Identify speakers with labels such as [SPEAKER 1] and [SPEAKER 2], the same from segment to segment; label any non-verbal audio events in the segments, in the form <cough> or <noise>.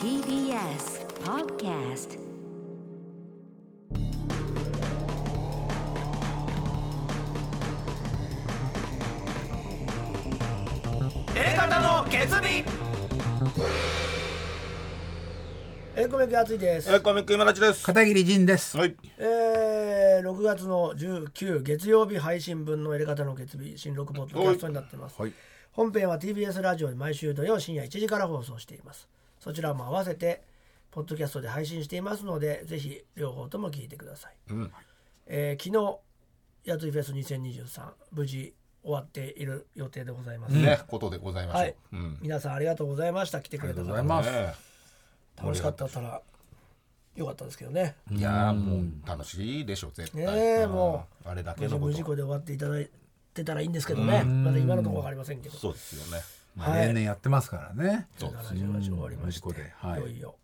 [SPEAKER 1] TBS Podcast
[SPEAKER 2] 方の決意
[SPEAKER 3] えー、コメキ熱いです
[SPEAKER 2] え。ー、コミック今立ちです。
[SPEAKER 4] 片桐仁です。
[SPEAKER 2] はい。
[SPEAKER 3] えー、6月の19月曜日配信分のエレカタの決日新録ポッドキャストになってます。
[SPEAKER 4] はい。
[SPEAKER 3] 本編は TBS ラジオで毎週土曜深夜1時から放送しています。そちらも合わせてポッドキャストで配信していますので、ぜひ両方とも聞いてください。
[SPEAKER 4] うん。
[SPEAKER 3] えー、昨日やついフェス2023無事終わっている予定でございます。
[SPEAKER 2] ね、ことでございましょう。
[SPEAKER 3] はい、
[SPEAKER 2] うん。
[SPEAKER 3] 皆さんありがとうございました。来てくれた
[SPEAKER 4] ありがとうござ
[SPEAKER 3] 方
[SPEAKER 4] いま。す
[SPEAKER 2] ね
[SPEAKER 3] 楽しかったったらよかったですけどね。
[SPEAKER 2] いやーもう楽しいでしょ絶対。
[SPEAKER 3] ねえも
[SPEAKER 2] うんあれだけ
[SPEAKER 3] 無事
[SPEAKER 2] のこ
[SPEAKER 3] 無事
[SPEAKER 2] と。
[SPEAKER 3] 故で終わっていただいてたらいいんですけどねまだ今のところ分かりませんけど
[SPEAKER 2] そうですよね。
[SPEAKER 4] まあ、
[SPEAKER 3] はい
[SPEAKER 4] 例年やってますからね。
[SPEAKER 2] そうですね。
[SPEAKER 3] 70話終わりまし
[SPEAKER 4] 無事故
[SPEAKER 3] て
[SPEAKER 4] ではい
[SPEAKER 3] いよいよ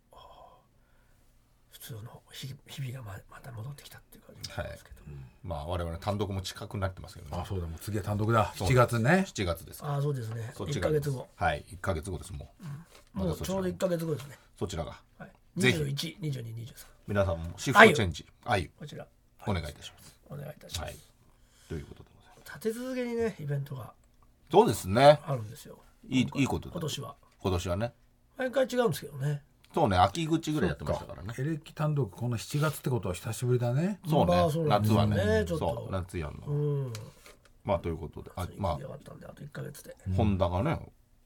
[SPEAKER 3] 普通の日日々がままた戻ってきたっていう感じなんですけど、
[SPEAKER 2] まあ我々単独も近くなってますけどね
[SPEAKER 4] あ、。そうだ、もう次は単独だ。
[SPEAKER 2] そう
[SPEAKER 4] 7月ね。
[SPEAKER 2] 7月です。
[SPEAKER 3] ああそうですね
[SPEAKER 2] そっ
[SPEAKER 3] 1
[SPEAKER 2] ちが
[SPEAKER 3] か月後。
[SPEAKER 2] はい、1ヶ月後ですもう。ま
[SPEAKER 3] も
[SPEAKER 2] だ
[SPEAKER 3] う
[SPEAKER 2] そ
[SPEAKER 3] ち
[SPEAKER 2] ち
[SPEAKER 3] ょ
[SPEAKER 2] らが
[SPEAKER 3] うど1か月後ですね、
[SPEAKER 2] そちらが
[SPEAKER 3] はい、
[SPEAKER 2] ぜひ
[SPEAKER 3] 212223
[SPEAKER 2] 皆さんもシフトチェンジ、あゆ
[SPEAKER 3] こちら
[SPEAKER 2] お願いいたします。
[SPEAKER 3] お願いいたしま
[SPEAKER 2] は
[SPEAKER 3] す、
[SPEAKER 2] い。ということでございます。
[SPEAKER 3] 立て続けにねイベントが
[SPEAKER 2] そうですね。
[SPEAKER 3] あるんですよ
[SPEAKER 2] いいいいことだ。
[SPEAKER 3] 今年は
[SPEAKER 2] 今年はね。
[SPEAKER 3] 毎回違うんですけどね
[SPEAKER 2] そうね、秋口ぐらいやってましたからね。
[SPEAKER 4] エレキ単独、この7月ってことは久しぶりだね。
[SPEAKER 2] そうね、
[SPEAKER 3] まあそうなんで
[SPEAKER 2] 夏
[SPEAKER 3] すよ
[SPEAKER 2] は
[SPEAKER 3] ね
[SPEAKER 2] ね、
[SPEAKER 3] ちょっと
[SPEAKER 2] そう夏やんの、
[SPEAKER 3] うん
[SPEAKER 2] まあということで、あま
[SPEAKER 3] まあ、ったんであと1か月で、
[SPEAKER 2] あホンダがね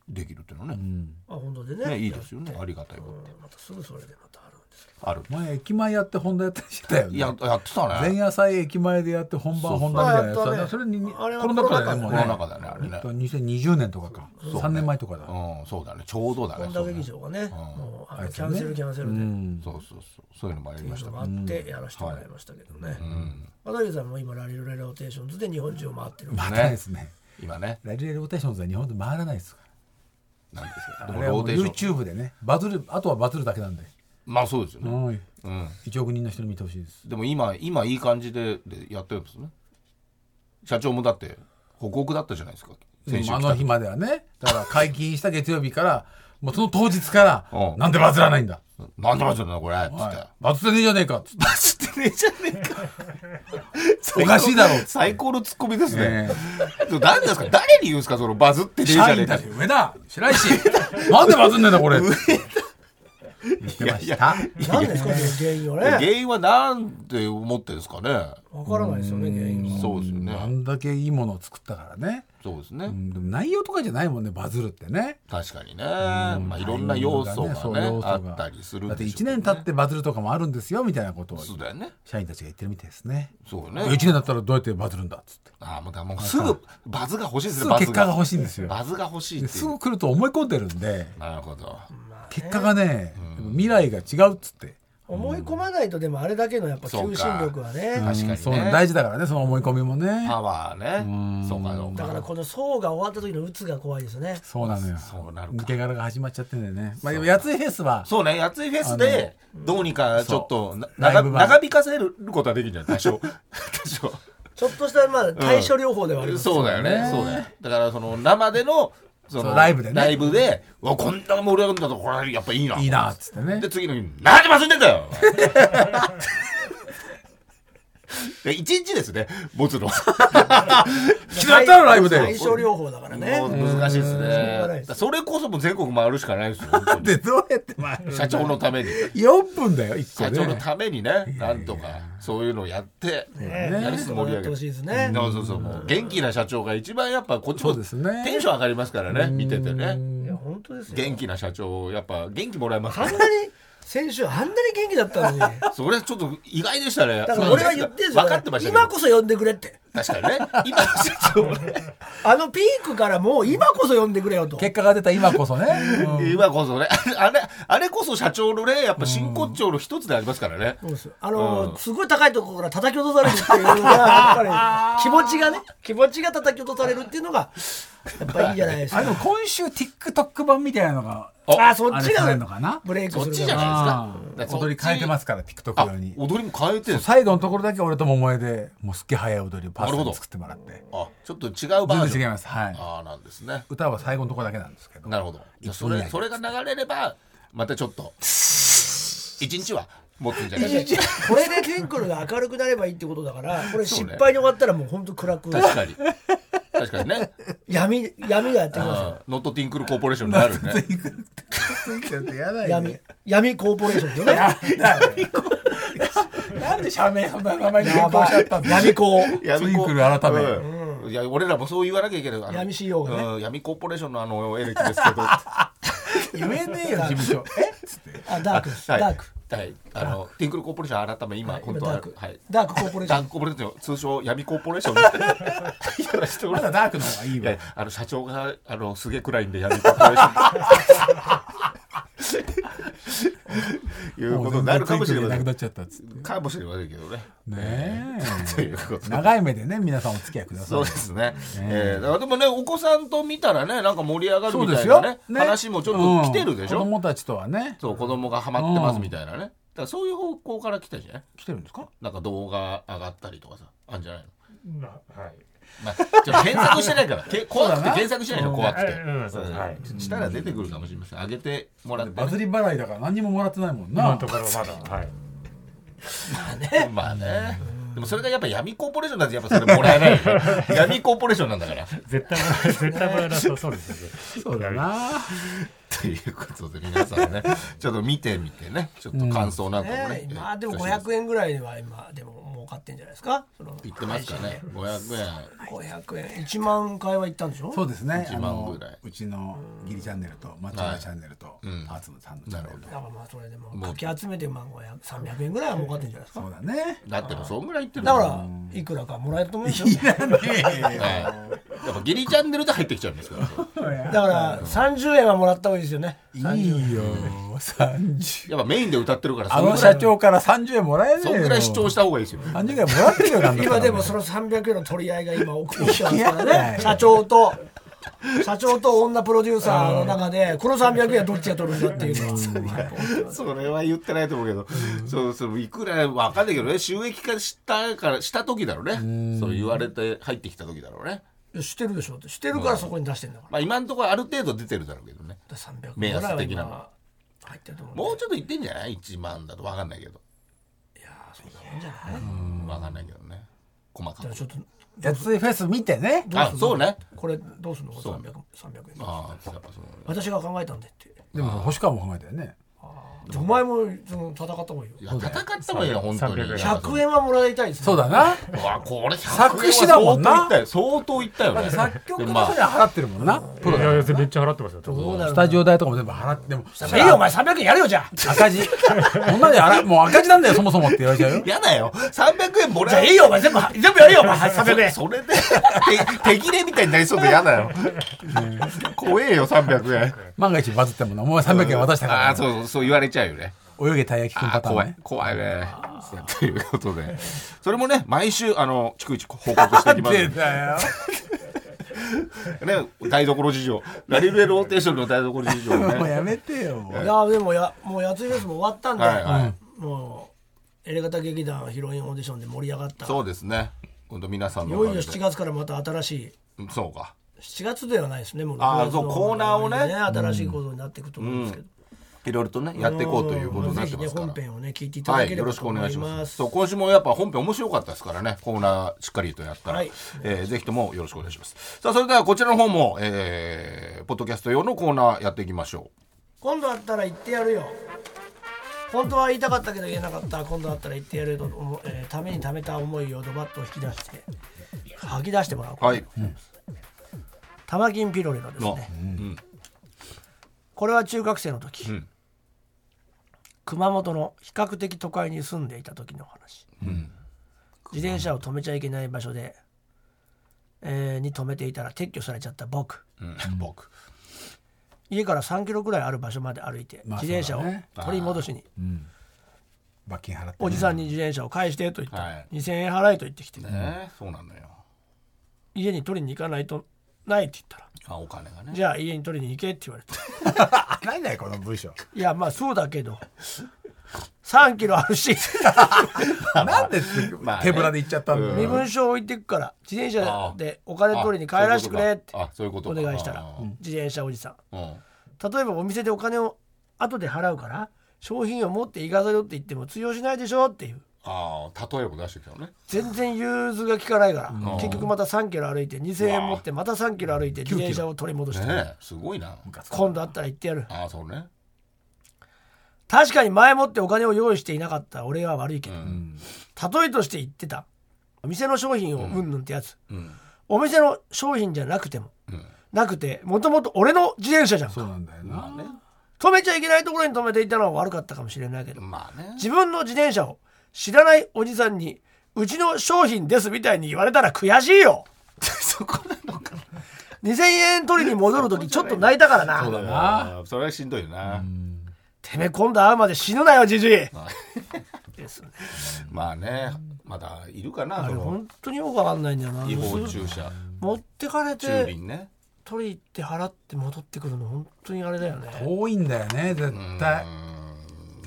[SPEAKER 2] できるっていうのは
[SPEAKER 4] う
[SPEAKER 2] ね、
[SPEAKER 4] ん。
[SPEAKER 3] あ本当でね
[SPEAKER 2] ねいいですよね、ありがたいこ
[SPEAKER 3] う
[SPEAKER 2] と
[SPEAKER 3] んまたすぐそれでまたあるんですけど
[SPEAKER 2] ある。
[SPEAKER 4] 前、駅前やって本田やったりしてたよ
[SPEAKER 2] い
[SPEAKER 4] ね。
[SPEAKER 2] ややってた
[SPEAKER 4] 前
[SPEAKER 2] ね。
[SPEAKER 4] 夜祭駅前でやって本番本番みたいなやつ
[SPEAKER 3] そう
[SPEAKER 4] だ
[SPEAKER 3] やっ
[SPEAKER 4] ね。
[SPEAKER 3] た
[SPEAKER 4] そ
[SPEAKER 3] ね
[SPEAKER 4] れに、
[SPEAKER 3] あれは
[SPEAKER 4] コロナ禍だよね、
[SPEAKER 3] コ
[SPEAKER 2] コ
[SPEAKER 4] もう
[SPEAKER 2] ロ
[SPEAKER 4] ね。
[SPEAKER 2] ナ禍だねあれね。
[SPEAKER 4] 2020年とかか。3年前とかだ。
[SPEAKER 2] うん、そうだね、ちょうどだね。
[SPEAKER 3] 本
[SPEAKER 2] そ
[SPEAKER 3] 田
[SPEAKER 2] うね
[SPEAKER 3] 劇場がね、もうあ
[SPEAKER 4] あ
[SPEAKER 3] の
[SPEAKER 4] い
[SPEAKER 3] キ
[SPEAKER 4] つ
[SPEAKER 3] ャ
[SPEAKER 4] ね
[SPEAKER 3] ンセルキャンセルで、
[SPEAKER 4] うん。
[SPEAKER 2] そうそうそう、そういうのもありまし
[SPEAKER 3] そ
[SPEAKER 2] た
[SPEAKER 3] ういうの
[SPEAKER 2] ね。
[SPEAKER 3] もあってやらせてもらいましたけどね。片桐さんも今ラリルレローテーションズで日本中を回ってる。
[SPEAKER 4] またですね。
[SPEAKER 2] 今ね、
[SPEAKER 4] ラジエルローテーションズは日本で回らないですから。
[SPEAKER 2] なんですけど、
[SPEAKER 4] あ
[SPEAKER 2] で
[SPEAKER 4] れは
[SPEAKER 2] もロ
[SPEAKER 4] も
[SPEAKER 2] ー
[SPEAKER 4] う
[SPEAKER 2] テーション。
[SPEAKER 4] YouTube でね。バズる、あとはバズるだけなんで。
[SPEAKER 2] まあそうですよね。
[SPEAKER 4] はい。
[SPEAKER 2] うん。
[SPEAKER 4] 1億人の人に見てほしいです。
[SPEAKER 2] でも今今いい感じででやってるんですね。社長もだって報告だったじゃないですか。先週
[SPEAKER 4] あ
[SPEAKER 2] 来
[SPEAKER 4] の
[SPEAKER 2] た
[SPEAKER 4] 日まではねだから解禁した月曜日から <laughs> もうその当日から
[SPEAKER 2] うん
[SPEAKER 4] なんでバズらないんだ、
[SPEAKER 2] なんでまずなこれっつって。
[SPEAKER 4] はい、バズってねえじゃねえかっつって
[SPEAKER 2] 知って <laughs> ねえじゃねえか。
[SPEAKER 4] おかしいだろう
[SPEAKER 2] 最高のツッコミですね
[SPEAKER 4] ね。
[SPEAKER 2] そう何ですか誰に言うんですかそのバズってねえじ
[SPEAKER 4] 社
[SPEAKER 2] ゃねえ
[SPEAKER 4] 員
[SPEAKER 2] か
[SPEAKER 4] たち。上田白石なんでバズんねえんだこれ言ってま
[SPEAKER 2] い
[SPEAKER 4] し
[SPEAKER 2] や
[SPEAKER 4] た
[SPEAKER 3] 何ですかね原因は
[SPEAKER 2] 原
[SPEAKER 3] ね。
[SPEAKER 2] 因はなんて思ってですかね。
[SPEAKER 3] わからないですよね原因は。
[SPEAKER 2] そうですよね。
[SPEAKER 4] あんだけいいものを作ったからね、
[SPEAKER 2] そうです
[SPEAKER 4] う
[SPEAKER 2] ね。
[SPEAKER 4] ん、でも内容とかじゃないもんねバズるってね
[SPEAKER 2] 確かにね。まあいろんな要素が
[SPEAKER 4] そう
[SPEAKER 2] ね
[SPEAKER 4] 要素が
[SPEAKER 2] あったりするん
[SPEAKER 4] だって
[SPEAKER 2] でしょう
[SPEAKER 4] 1
[SPEAKER 2] ね
[SPEAKER 4] 年経ってバズるとかもあるんですよみたいなことを
[SPEAKER 2] そうだよね。
[SPEAKER 4] 社員たちが言ってるみたいですね
[SPEAKER 2] そうよ
[SPEAKER 4] 1
[SPEAKER 2] ね。
[SPEAKER 4] 年だったらどうやってバズるんだっつって
[SPEAKER 2] ああもうだもうすぐバズが欲しいですね。
[SPEAKER 4] すぐ
[SPEAKER 2] バズ
[SPEAKER 4] 結果が欲しいんですよ
[SPEAKER 2] バズが欲しいっ
[SPEAKER 4] で
[SPEAKER 2] てい
[SPEAKER 4] す
[SPEAKER 2] う。
[SPEAKER 4] ぐ来ると思い込んでるんで
[SPEAKER 2] なるほど。
[SPEAKER 4] 結果がね、未来が違うっつって、
[SPEAKER 3] 思い込まないとでもあれだけのやっぱ
[SPEAKER 2] そう
[SPEAKER 3] 求
[SPEAKER 2] か
[SPEAKER 3] 心力はね。
[SPEAKER 2] 確かにね
[SPEAKER 4] そうなの大事だからねその思い込みもね
[SPEAKER 2] パワーね。そうかそう
[SPEAKER 3] だから
[SPEAKER 2] か。
[SPEAKER 3] この層が終わった時の鬱が怖いですね。
[SPEAKER 4] そうなのよ
[SPEAKER 2] そうなるか
[SPEAKER 4] 抜け殻が始まっちゃってんだよねまあでもやついフェスは
[SPEAKER 2] そうね、やついフェスで、どうにかちょっとな、
[SPEAKER 4] ライブ
[SPEAKER 2] 長
[SPEAKER 4] 版
[SPEAKER 2] 長引かせることはできるんじゃない多
[SPEAKER 4] <laughs>
[SPEAKER 2] 少。多少。
[SPEAKER 3] ちょっとしたまあ対処療法ではあります。
[SPEAKER 2] そうだよね。そうだよ。だから、その、生での、そ
[SPEAKER 4] そ
[SPEAKER 2] の、
[SPEAKER 4] うライブでね
[SPEAKER 2] ライブで、うわ、こんな盛り上がるんだと、これ、やっぱいいな。
[SPEAKER 4] いいなっつってね
[SPEAKER 2] で、次の日、なんで忘れてんだよで一日ですね、ボツの。
[SPEAKER 4] 引きずられたろライブで
[SPEAKER 3] 対処療法だからね。
[SPEAKER 2] もう難しいですね。
[SPEAKER 3] がな
[SPEAKER 2] だ
[SPEAKER 3] いです
[SPEAKER 2] からそれこそもう全国回るしかないですよ。本
[SPEAKER 4] <laughs>
[SPEAKER 2] 当に
[SPEAKER 4] でどうやってまあ
[SPEAKER 2] 社長のために。
[SPEAKER 4] 4分だよ1個
[SPEAKER 2] 社
[SPEAKER 4] で
[SPEAKER 2] 長のためにね、なんとか、そういうのをやって、やりつつ盛り上
[SPEAKER 3] やって
[SPEAKER 2] げ
[SPEAKER 3] ほ
[SPEAKER 2] て
[SPEAKER 3] しい。ですね。
[SPEAKER 2] そうそうそう、もう元気な社長が一番やっぱこっち
[SPEAKER 4] そ
[SPEAKER 2] も
[SPEAKER 4] うですね
[SPEAKER 2] テンション上がりますからね、見ててね。
[SPEAKER 3] いや本当ですよ。
[SPEAKER 2] 元気な社長、やっぱ元気もらえます
[SPEAKER 3] あ
[SPEAKER 2] か
[SPEAKER 3] ん
[SPEAKER 2] ら。
[SPEAKER 3] なに先週あんなに元気だったのに。
[SPEAKER 2] <laughs> それはちょっと意外でしたね。
[SPEAKER 3] だから俺は言ってんすよ。
[SPEAKER 2] 分かってましたけど
[SPEAKER 3] 今こそ呼んでくれって。
[SPEAKER 2] 確かにね。今の社長ね。
[SPEAKER 3] あのピークからもう今こそ呼んでくれよと。
[SPEAKER 4] 結果が出た今こそね、うん
[SPEAKER 2] 今こそね。あれ、あれこそ社長のね、やっぱ真骨頂の一つでありますからね。
[SPEAKER 3] そうですよあのーすごい高いところから叩き落とされるってい
[SPEAKER 2] <laughs>
[SPEAKER 3] うのが、やっぱり気持ちがね、気持ちが叩き落とされるっていうのが、やっぱいいんじゃないです
[SPEAKER 4] あ
[SPEAKER 3] か。
[SPEAKER 4] でも今週 TikTok 版みたいなのが
[SPEAKER 3] ああ、そっち
[SPEAKER 4] あれされ
[SPEAKER 3] が
[SPEAKER 4] るのかな
[SPEAKER 3] ブレイク
[SPEAKER 2] そ
[SPEAKER 3] す
[SPEAKER 2] っ
[SPEAKER 3] る
[SPEAKER 2] ちじゃ
[SPEAKER 3] か
[SPEAKER 2] な
[SPEAKER 4] う
[SPEAKER 2] い
[SPEAKER 4] ん
[SPEAKER 2] ですか。。
[SPEAKER 4] 踊り変えてますすから TikTok
[SPEAKER 2] あ
[SPEAKER 4] 用に、
[SPEAKER 2] 踊りも変えてるんです
[SPEAKER 4] 最後のところだけ俺と桃江でもうすっげえ早い踊りを
[SPEAKER 2] なるほど
[SPEAKER 4] 作ってもらって
[SPEAKER 2] あちょっと違うバー
[SPEAKER 4] 全
[SPEAKER 2] ジョ
[SPEAKER 4] 然
[SPEAKER 2] ン
[SPEAKER 4] 違いますはい
[SPEAKER 2] ああなんですね
[SPEAKER 4] 歌は最後のとこだけなんですけど
[SPEAKER 2] なるほどじゃあそ
[SPEAKER 4] 一分以
[SPEAKER 2] れ
[SPEAKER 4] 内
[SPEAKER 2] それが流れればまたちょっと一日は持つんじゃないですか
[SPEAKER 3] これでテンクルが明るくなればいいってことだからこれ
[SPEAKER 2] そう
[SPEAKER 3] 失
[SPEAKER 2] ね
[SPEAKER 3] 敗に終わったらもう本当暗く
[SPEAKER 2] 確かに確かにね
[SPEAKER 3] 闇闇がやってきますよ
[SPEAKER 2] あーノットティンクルコーポレーションになるね
[SPEAKER 4] ちょっとやだよ
[SPEAKER 3] 闇闇コーポレーショ
[SPEAKER 2] <laughs>
[SPEAKER 3] ンですよね
[SPEAKER 4] なんで社名の名前に変
[SPEAKER 3] や
[SPEAKER 4] 更
[SPEAKER 3] ば
[SPEAKER 4] しちゃ
[SPEAKER 3] い
[SPEAKER 4] ったんだ
[SPEAKER 3] 闇コー
[SPEAKER 4] 闇コツインクル改め
[SPEAKER 2] うんいや俺らもそう言わなきゃいけないあの
[SPEAKER 3] 闇 CEO がね
[SPEAKER 2] うん闇コーポレーションのあのエレキですけどは
[SPEAKER 4] 言えねえよ事務所
[SPEAKER 3] あダークです
[SPEAKER 2] い
[SPEAKER 3] ダーク
[SPEAKER 2] はいあのティンクルコーポレーション改め今
[SPEAKER 3] はい
[SPEAKER 2] 本当
[SPEAKER 3] ダー
[SPEAKER 2] は
[SPEAKER 3] ク
[SPEAKER 2] はい
[SPEAKER 3] ダークコーポレーショ
[SPEAKER 2] ダー
[SPEAKER 3] ン
[SPEAKER 2] クコーポレーション通称闇コーポレーションみたいなやらせても
[SPEAKER 4] ま
[SPEAKER 2] ら
[SPEAKER 4] だ
[SPEAKER 2] う
[SPEAKER 4] ダークの方がいい
[SPEAKER 2] い
[SPEAKER 4] わ
[SPEAKER 2] やあの社長があのすげえ暗いんで闇コーポレ
[SPEAKER 4] <laughs>
[SPEAKER 2] ーションいうことになるかもしれませ
[SPEAKER 4] なくなっ
[SPEAKER 2] ん
[SPEAKER 4] ちゃったっつって
[SPEAKER 2] かもしれませんけどね
[SPEAKER 4] ね
[SPEAKER 2] ということで
[SPEAKER 4] え長い目 <laughs> でね皆さんお付き合いください
[SPEAKER 2] そうですね。えー、でもね、お子さんと見たらね、なんか盛り上がる
[SPEAKER 4] そう
[SPEAKER 2] み
[SPEAKER 4] で
[SPEAKER 2] た
[SPEAKER 4] す
[SPEAKER 2] いな
[SPEAKER 4] よ
[SPEAKER 2] ね、
[SPEAKER 4] ね
[SPEAKER 2] 話もちょっと来てるでしょ。
[SPEAKER 4] うん子供たちとはね
[SPEAKER 2] そう、子供がハマってます
[SPEAKER 4] うん
[SPEAKER 2] みたいなね。だからそういう方向から来たじゃない
[SPEAKER 4] 来てるんですか
[SPEAKER 2] なんか動画上がったりとかさ、あんじゃないの
[SPEAKER 5] まあはい。
[SPEAKER 2] ま
[SPEAKER 4] <laughs>
[SPEAKER 2] あ、ちょっと検索してないから、け怖くて
[SPEAKER 4] そうだな
[SPEAKER 2] 検索してないの、怖くて。
[SPEAKER 5] うんうんそうですはい
[SPEAKER 2] したら出てくるかもしれません。上げてもらって、
[SPEAKER 4] バズり払いだから何にももらってないもん
[SPEAKER 5] 今
[SPEAKER 4] な
[SPEAKER 5] のところまだ。はい。
[SPEAKER 2] まあね。でもそれがやっぱ闇コーポレーションなんてやっぱそれもらえないよね闇コーポレーションなんだから。<laughs>
[SPEAKER 5] 絶対もらえ、絶対もらえなさそうですよね。
[SPEAKER 4] そうだな
[SPEAKER 2] ということで皆さんね、ちょっと見てみてね、ちょっと感想なんかもね
[SPEAKER 3] ね。まあでも
[SPEAKER 2] 聞かせてください
[SPEAKER 3] 500円ぐらいは今でも儲かってんじゃないですかその
[SPEAKER 2] 言ってますかね。五百円。
[SPEAKER 3] 500円1万回は行ったんでしょ
[SPEAKER 4] そうですね
[SPEAKER 2] 1万ぐらい
[SPEAKER 4] あのうちのギリチャンネルとマッチョマチャンネルとパーツのさんのチャンネルと
[SPEAKER 3] だからまあそれでもかき集めてまあ500 300円ぐらいは儲かってんじゃないですか
[SPEAKER 4] そうだね
[SPEAKER 2] だってもうそんぐらい言ってる
[SPEAKER 3] だ
[SPEAKER 2] も
[SPEAKER 3] か
[SPEAKER 2] ん
[SPEAKER 3] らいくらかもらえると思うんですよ
[SPEAKER 2] ええやっぱギリチャンネルで入ってきちゃうんですから。
[SPEAKER 3] だから30円はもらった方がいいですよね
[SPEAKER 4] いいよ30
[SPEAKER 2] やっぱメインで歌ってるから、
[SPEAKER 4] あ
[SPEAKER 2] そん
[SPEAKER 4] の
[SPEAKER 2] ぐら
[SPEAKER 4] 社
[SPEAKER 2] い、
[SPEAKER 4] 長から30円もらえねえよ
[SPEAKER 2] そんぐらい主張した方がいいですよ。
[SPEAKER 4] 30円もらってるよなんだ
[SPEAKER 3] 今でも
[SPEAKER 4] そ
[SPEAKER 3] その300円の取り合いが今起きてますか
[SPEAKER 4] いや
[SPEAKER 3] ら
[SPEAKER 4] い
[SPEAKER 3] ね
[SPEAKER 4] や
[SPEAKER 3] 社長と社長と女プロデューサーの中でこの300円はどっちが取るんだっていうのは
[SPEAKER 2] それは言ってないと思うけど、そうそういくらわかんないけどね、収益化したからした時だろうね。そう言われて入ってきた時だろうね。
[SPEAKER 3] いや知ってるでしょって知ってるからそこに出してんだか
[SPEAKER 2] まあ今のところある程度出てるだろうけどね。
[SPEAKER 3] ら300円
[SPEAKER 2] 目
[SPEAKER 3] ぐら
[SPEAKER 2] 安
[SPEAKER 3] いは
[SPEAKER 2] 的な
[SPEAKER 3] 今入ってると思うんで
[SPEAKER 2] もうちょっと言ってんじゃない ?1 万だとわかんないけど。
[SPEAKER 3] いやーそんなもんじゃない
[SPEAKER 2] わかんないけどね。細か
[SPEAKER 3] じゃあ
[SPEAKER 2] く。
[SPEAKER 3] ちょっと
[SPEAKER 4] やついフェス見てね
[SPEAKER 2] あ、そうね。
[SPEAKER 3] これどうすんの ?300 300円
[SPEAKER 2] ああ、やっぱそうね。
[SPEAKER 3] 私が考えたんでって
[SPEAKER 4] でも星川も考えたよね
[SPEAKER 3] じゃあお前もその戦った方がいいよ
[SPEAKER 2] いや戦ったもんや、本当に。
[SPEAKER 5] 300円
[SPEAKER 3] 100円はもらいたいですね
[SPEAKER 4] そうだな
[SPEAKER 2] うわ、これ100円は
[SPEAKER 4] 作詞だもんな
[SPEAKER 2] 相当いったよ。相当いったよね。
[SPEAKER 4] 作曲
[SPEAKER 2] で
[SPEAKER 4] 家の
[SPEAKER 2] ま
[SPEAKER 4] 人には払ってるもんなプロ
[SPEAKER 5] い
[SPEAKER 4] だ
[SPEAKER 5] やいやめっちゃ払ってますよ。多分
[SPEAKER 3] どうなる
[SPEAKER 4] スタジオ代とかも全部払ってでも
[SPEAKER 3] いいよお前300円やるよじゃあ
[SPEAKER 4] 赤字こんなであらもう赤字なんだよそもそもって言われちゃうよ
[SPEAKER 2] あやだよ。300円もらえ
[SPEAKER 3] いいよお前全部全部やるよお前300円
[SPEAKER 2] それで、手切れみたいになりそうで嫌だよ。怖えよ、300円。
[SPEAKER 4] 万が一バズってもなお前300円渡した
[SPEAKER 2] あ
[SPEAKER 4] か
[SPEAKER 2] あ、そう、そう言われちゃうよね。
[SPEAKER 4] ら泳げたい焼きくん
[SPEAKER 2] あ
[SPEAKER 4] パ
[SPEAKER 2] あ、
[SPEAKER 4] ターン
[SPEAKER 2] 怖い
[SPEAKER 4] ね。
[SPEAKER 2] 怖いね。ということで。それもね、毎週、あの、逐一報告していき
[SPEAKER 3] <laughs>
[SPEAKER 2] ます
[SPEAKER 4] 出。たよ
[SPEAKER 2] ね、台所事情。ラリベローテーションの台所事情
[SPEAKER 3] <laughs>
[SPEAKER 4] もう
[SPEAKER 2] ね。
[SPEAKER 4] やめてよ
[SPEAKER 3] いやでもやもうやついですも終わったんで、
[SPEAKER 2] はいはい
[SPEAKER 3] もうエレガタ劇団ヒロインオーディションで盛り上がった
[SPEAKER 2] そうですね。本当皆さん
[SPEAKER 3] い
[SPEAKER 2] の
[SPEAKER 3] よ
[SPEAKER 2] お
[SPEAKER 3] い
[SPEAKER 2] か
[SPEAKER 3] よ
[SPEAKER 2] げで。
[SPEAKER 3] 7月からまた新しい
[SPEAKER 2] そうか。
[SPEAKER 3] 7月ではないですねもう
[SPEAKER 2] あー
[SPEAKER 3] 6月
[SPEAKER 2] そう
[SPEAKER 3] の
[SPEAKER 2] コーナーをね
[SPEAKER 3] 新しいことになっていくと思うんですけど、
[SPEAKER 2] いろいろとね、やっていこうということにな
[SPEAKER 3] ぜ
[SPEAKER 2] って
[SPEAKER 3] ひ
[SPEAKER 2] ま
[SPEAKER 3] ね
[SPEAKER 2] すから。
[SPEAKER 3] 本編をね聞いていた
[SPEAKER 2] は
[SPEAKER 3] だけ
[SPEAKER 2] い、
[SPEAKER 3] れ
[SPEAKER 2] よろ
[SPEAKER 3] ば
[SPEAKER 2] し
[SPEAKER 3] と
[SPEAKER 2] くお
[SPEAKER 3] 思い
[SPEAKER 2] 願
[SPEAKER 3] ま
[SPEAKER 2] い
[SPEAKER 3] す,、
[SPEAKER 2] します。そう、今週もやっぱ本編面白かったですからね、コーナーしっかりとやったら、
[SPEAKER 3] はい
[SPEAKER 2] えーぜひともよろしくお願いします。さあ、それではこちらの方も、えーポッドキャスト用のコーナーやっていきましょ
[SPEAKER 3] 今度あったら言ってやるよ本当は言いたかったけど言えなかった今度あったら言ってやるよと思う、えーためにためた思いをドバッと引き出して吐き出してもらおう
[SPEAKER 2] う。はい。
[SPEAKER 3] 玉金ピロリのです
[SPEAKER 2] の
[SPEAKER 3] ね、これは中学生の時、
[SPEAKER 2] ん
[SPEAKER 3] 熊本の比較的都会に住んでいた時の話、自転車を止めちゃいけない場所で、えーに止めていたら撤去されちゃった僕
[SPEAKER 2] うん、僕。
[SPEAKER 3] 家から3キロくらいある場所まで歩いて
[SPEAKER 4] まあ
[SPEAKER 3] 自転車を
[SPEAKER 4] そうだね
[SPEAKER 3] 取り戻しに、
[SPEAKER 4] 罰金払って
[SPEAKER 3] おじさんに自転車を返してと言ったら、
[SPEAKER 2] はい
[SPEAKER 3] 2,000円払えと言ってきて、
[SPEAKER 2] ね、そうなのよ。
[SPEAKER 3] 家に取りに行かないとないって言ったら
[SPEAKER 2] あ、お金がね。
[SPEAKER 3] じゃあ家に取りに行けって言われて
[SPEAKER 4] なんだよこの文章
[SPEAKER 3] いやまあそうだけど3キロあるし
[SPEAKER 4] なんで
[SPEAKER 2] まあね
[SPEAKER 4] 手ぶらで行っちゃったんだ
[SPEAKER 3] 身
[SPEAKER 4] よ。
[SPEAKER 3] 分証置いてくから自転車でお金取りに帰らせてくれって
[SPEAKER 2] あそういうこと
[SPEAKER 3] お
[SPEAKER 2] か
[SPEAKER 3] 願いしたら
[SPEAKER 2] あー
[SPEAKER 3] 自転車おじさん
[SPEAKER 2] うん
[SPEAKER 3] 例えばお店でお金を後で払うから商品を持っていかせろって言っても通用しないでしょっていう
[SPEAKER 2] ああ例えば出してきたのね
[SPEAKER 3] 全然融通が利かないから、
[SPEAKER 2] ん
[SPEAKER 3] 結局また3キロ歩いて2,000円持ってまた3キロ歩いて自転車を取り戻して、
[SPEAKER 2] ねえすごいな
[SPEAKER 3] 今度あったら言ってやる
[SPEAKER 2] ああそうね
[SPEAKER 3] 確かに前もってお金を用意していなかった俺は悪いけど、例えとして言ってたお店の商品をうんぬんってやつ、
[SPEAKER 2] ん
[SPEAKER 3] お店の商品じゃなくても、なくてもともと俺の自転車じゃん
[SPEAKER 4] そう
[SPEAKER 3] か
[SPEAKER 4] なんだよな。
[SPEAKER 3] 止めちゃいけないところに止めていたのは悪かったかもしれないけど、
[SPEAKER 2] まあね
[SPEAKER 3] 自分の自転車を知らないおじさんにうちの商品ですみたいに言われたら悔しいよ
[SPEAKER 2] <laughs> そこなのか
[SPEAKER 3] 2000円取りに戻る時ちょっと泣いたからな
[SPEAKER 2] そうだなそれはしんどいよな
[SPEAKER 3] てめえ今度会うまで死ぬなよじじいですね
[SPEAKER 2] まあねまだいるかな
[SPEAKER 3] あ
[SPEAKER 2] そ
[SPEAKER 3] れ
[SPEAKER 2] の
[SPEAKER 3] 本当によくわかんないんだよな
[SPEAKER 2] 違法駐車
[SPEAKER 3] 持ってかれ
[SPEAKER 2] 駐
[SPEAKER 3] て
[SPEAKER 2] 輪ね
[SPEAKER 3] 取り行って払って戻ってくるの本当にあれだよね
[SPEAKER 4] 遠いんだよね、絶対。
[SPEAKER 2] うん